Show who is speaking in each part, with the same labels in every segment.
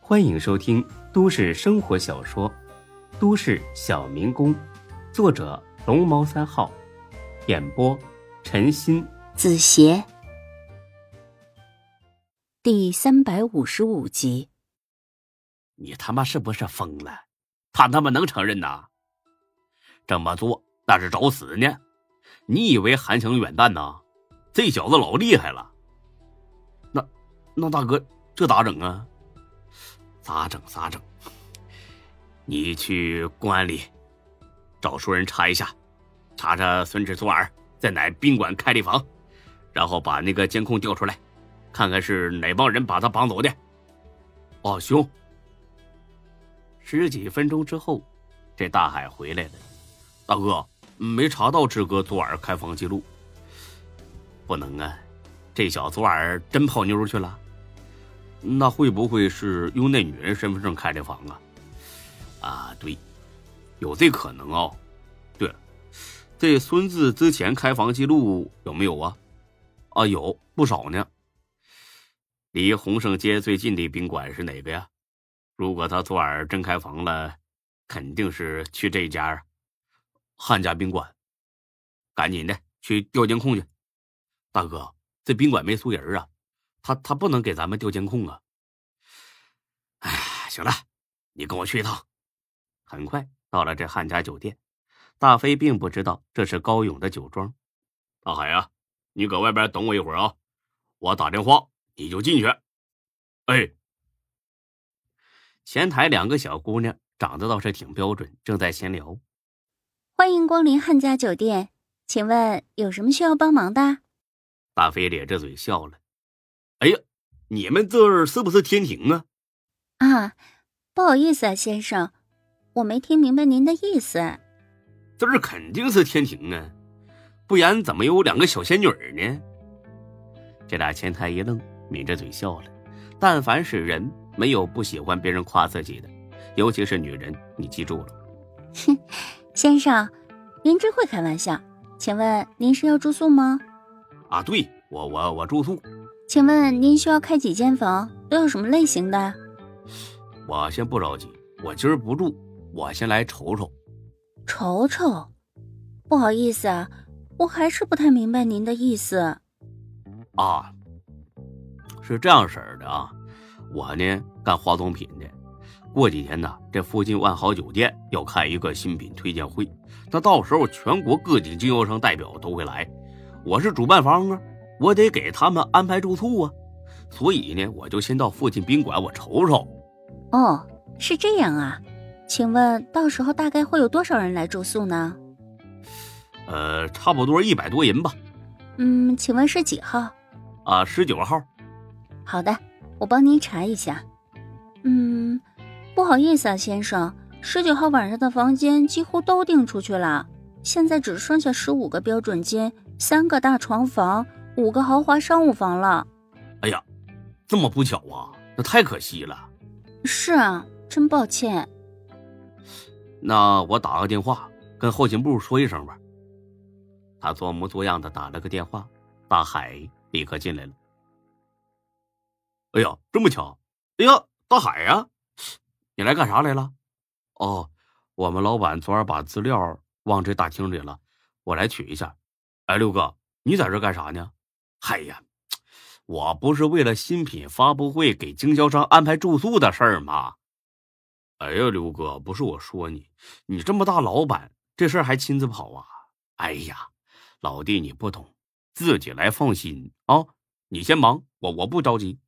Speaker 1: 欢迎收听都市生活小说《都市小民工》，作者龙猫三号，演播陈鑫、
Speaker 2: 子邪，第三百五十五集。
Speaker 3: 你他妈是不是疯了？他他妈能承认呐？这么做那是找死呢！你以为韩强远蛋呐？这小子老厉害了。那那大哥，这咋整啊？咋整？咋整？你去公安里找熟人查一下，查查孙志左耳在哪宾馆开的房，然后把那个监控调出来，看看是哪帮人把他绑走的。哦，兄。十几分钟之后，这大海回来了。大哥，没查到志哥昨晚开房记录。不能啊，这小子昨晚真泡妞去了。那会不会是用那女人身份证开的房啊？啊，对，有这可能哦。对了，这孙子之前开房记录有没有啊？啊，有不少呢。离洪盛街最近的宾馆是哪个呀？如果他昨晚真开房了，肯定是去这家汉家宾馆。赶紧的去调监控去，大哥，这宾馆没熟人啊，他他不能给咱们调监控啊。哎，行了，你跟我去一趟。很快到了这汉家酒店，大飞并不知道这是高勇的酒庄。大海啊，你搁外边等我一会儿啊，我打电话你就进去。哎。前台两个小姑娘长得倒是挺标准，正在闲聊。
Speaker 2: 欢迎光临汉家酒店，请问有什么需要帮忙的？
Speaker 3: 大飞咧着嘴笑了。哎呀，你们这儿是不是天庭啊？
Speaker 2: 啊，不好意思啊，先生，我没听明白您的意思。
Speaker 3: 这儿肯定是天庭啊，不然怎么有两个小仙女儿呢？这俩前台一愣，抿着嘴笑了。但凡是人，没有不喜欢别人夸自己的，尤其是女人，你记住了。
Speaker 2: 哼，先生，您真会开玩笑。请问您是要住宿吗？
Speaker 3: 啊，对我我我住宿，
Speaker 2: 请问您需要开几间房？都有什么类型的？
Speaker 3: 我先不着急，我今儿不住，我先来瞅瞅。
Speaker 2: 瞅瞅，不好意思啊，我还是不太明白您的意思。
Speaker 3: 啊，是这样式儿的啊，我呢干化妆品的，过几天呢，这附近万豪酒店要开一个新品推荐会，那到时候全国各地经销商代表都会来，我是主办方啊，我得给他们安排住宿啊，所以呢，我就先到附近宾馆我瞅瞅。
Speaker 2: 哦，是这样啊，请问到时候大概会有多少人来住宿呢？
Speaker 3: 呃，差不多一百多人吧，
Speaker 2: 嗯，请问是几号？
Speaker 3: 啊，十九号，
Speaker 2: 好的，我帮您查一下。嗯，不好意思啊，先生，十九号晚上的房间几乎都订出去了，现在只剩下十五个标准间、三个大床房、五个豪华商务房了。
Speaker 3: 哎呀，这么不巧啊，那太可惜了。
Speaker 2: 是啊，真抱歉。
Speaker 3: 那我打个电话跟后勤部说一声吧。他做模作样的打了个电话，大海立刻进来了。哎呀，这么巧！哎呀，大海呀、你来干啥来了？哦，我们老板昨儿把资料忘这大厅里了，我来取一下。哎，六哥，你在这儿干啥呢？嗨呀，我不是为了新品发布会给经销商安排住宿的事儿吗？哎呀，刘哥，不是我说你，你这么大老板，这事儿还亲自跑啊？哎呀，老弟你不懂，自己来放心啊。你先忙，我我不着急。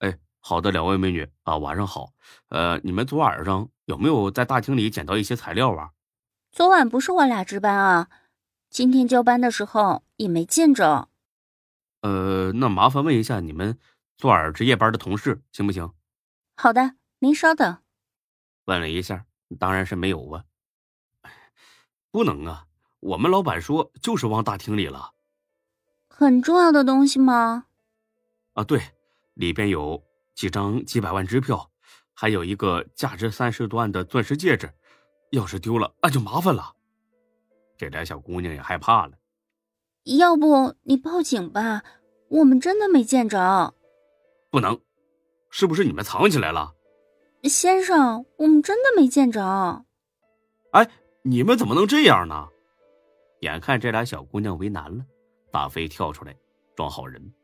Speaker 3: 哎，好的，两位美女啊，晚上好。呃，你们昨晚上有没有在大厅里捡到一些材料啊？
Speaker 2: 昨晚不是我俩值班啊，今天交班的时候也没见着。
Speaker 3: 呃，那麻烦问一下你们昨晚值夜班的同事行不行？
Speaker 2: 好的，您稍等。
Speaker 3: 问了一下，当然是没有啊。 不能啊，我们老板说就是忘大厅里了
Speaker 2: 很重要的东西吗？
Speaker 3: 啊。对，里边有几张几百万支票，还有一个价值三十多万的钻石戒指，要是丢了那就麻烦了。这俩小姑娘也害怕了。
Speaker 2: 要不你报警吧，我们真的没见着。
Speaker 3: 不能，是不是你们藏起来了？
Speaker 2: 先生，我们真的没见着。
Speaker 3: 哎，你们怎么能这样呢？眼看这俩小姑娘为难了，大飞跳出来装好人。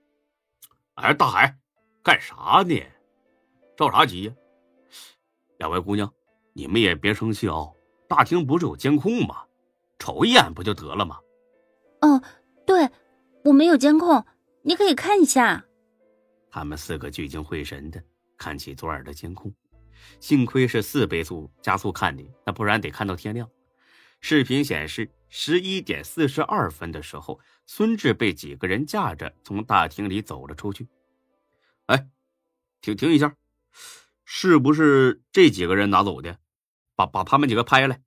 Speaker 3: 哎，大海，干啥呢？着啥急呀？两位姑娘，你们也别生气哦。大厅不是有监控吗？瞅一眼不就得了吗？
Speaker 2: 哦，对，我们有监控，你可以看一下。
Speaker 3: 他们四个聚精会神的看起左耳的监控，幸亏是四倍速加速看的，那不然得看到天亮。视频显示，十一点四十二分的时候，孙志被几个人架着从大厅里走了出去。哎，停停一下，是不是这几个人拿走的？把把他们几个拍下来。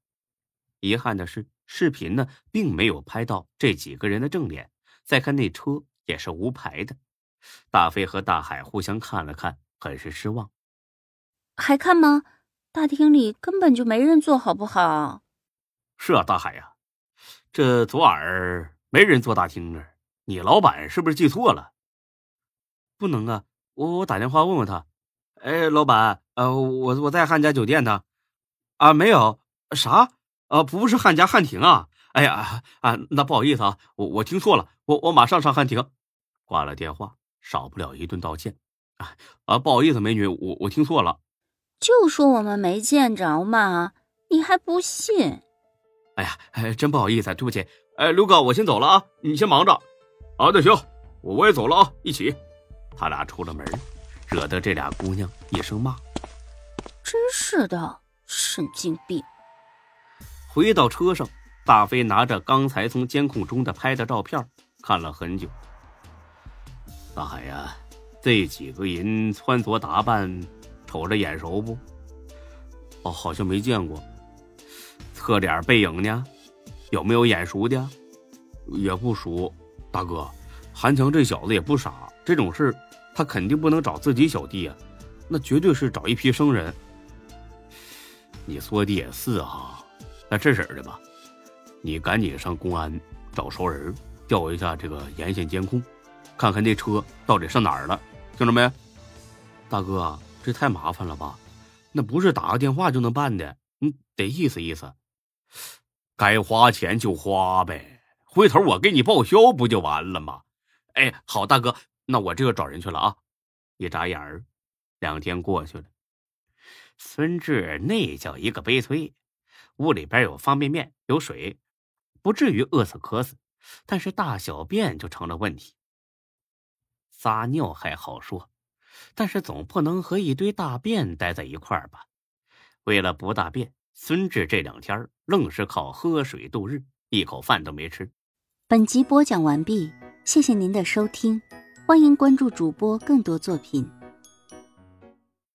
Speaker 3: 遗憾的是，视频呢并没有拍到这几个人的正脸。再看那车也是无牌的。大飞和大海互相看了看，很是失望。
Speaker 2: 还看吗？大厅里根本就没人坐，好不好？
Speaker 3: 是啊，大海呀、啊，这昨晚没人坐大厅啊。你老板是不是记错了？不能啊，我我打电话问问他。哎，老板，呃，我我在汉家酒店呢。啊，没有啥啊，不是汉家汉庭啊。哎呀啊，那不好意思啊，我我听错了，我我马上上汉庭。挂了电话，少不了一顿道歉。啊啊，不好意思，美女，我我听错了。
Speaker 2: 就说我们没见着嘛，你还不信？
Speaker 3: 哎呀，哎，真不好意思，对不起。哎，刘哥，我先走了啊，你先忙着。啊，那行，我我也走了啊，一起。他俩出了门，惹得这俩姑娘一声骂。
Speaker 2: 真是的，神经病。
Speaker 3: 回到车上，大飞拿着刚才从监控中的拍的照片看了很久。大海呀、啊，这几个人穿着打扮，瞅着眼熟不？哦，好像没见过。侧脸背影呢？有没有眼熟的？也不熟。大哥，韩强这小子也不傻，这种事他肯定不能找自己小弟啊，那绝对是找一批生人。你说的也是啊，那这式的吧，你赶紧上公安找熟人调一下这个沿线监控。看看这车到底上哪儿了，听着没？大哥，啊这太麻烦了吧？那不是打个电话就能办的，你得意思意思。该花钱就花呗，回头我给你报销不就完了吗？哎，好，大哥，那我这就找人去了啊！一眨眼儿，两天过去了，孙志那叫一个悲催。屋里边有方便面，有水，不至于饿死渴死，但是大小便就成了问题。撒尿还好说，但是总不能和一堆大便待在一块儿吧？为了不大便，孙志这两天愣是靠喝水度日，一口饭都没吃。
Speaker 4: 本集播讲完毕，谢谢您的收听，欢迎关注主播更多作品。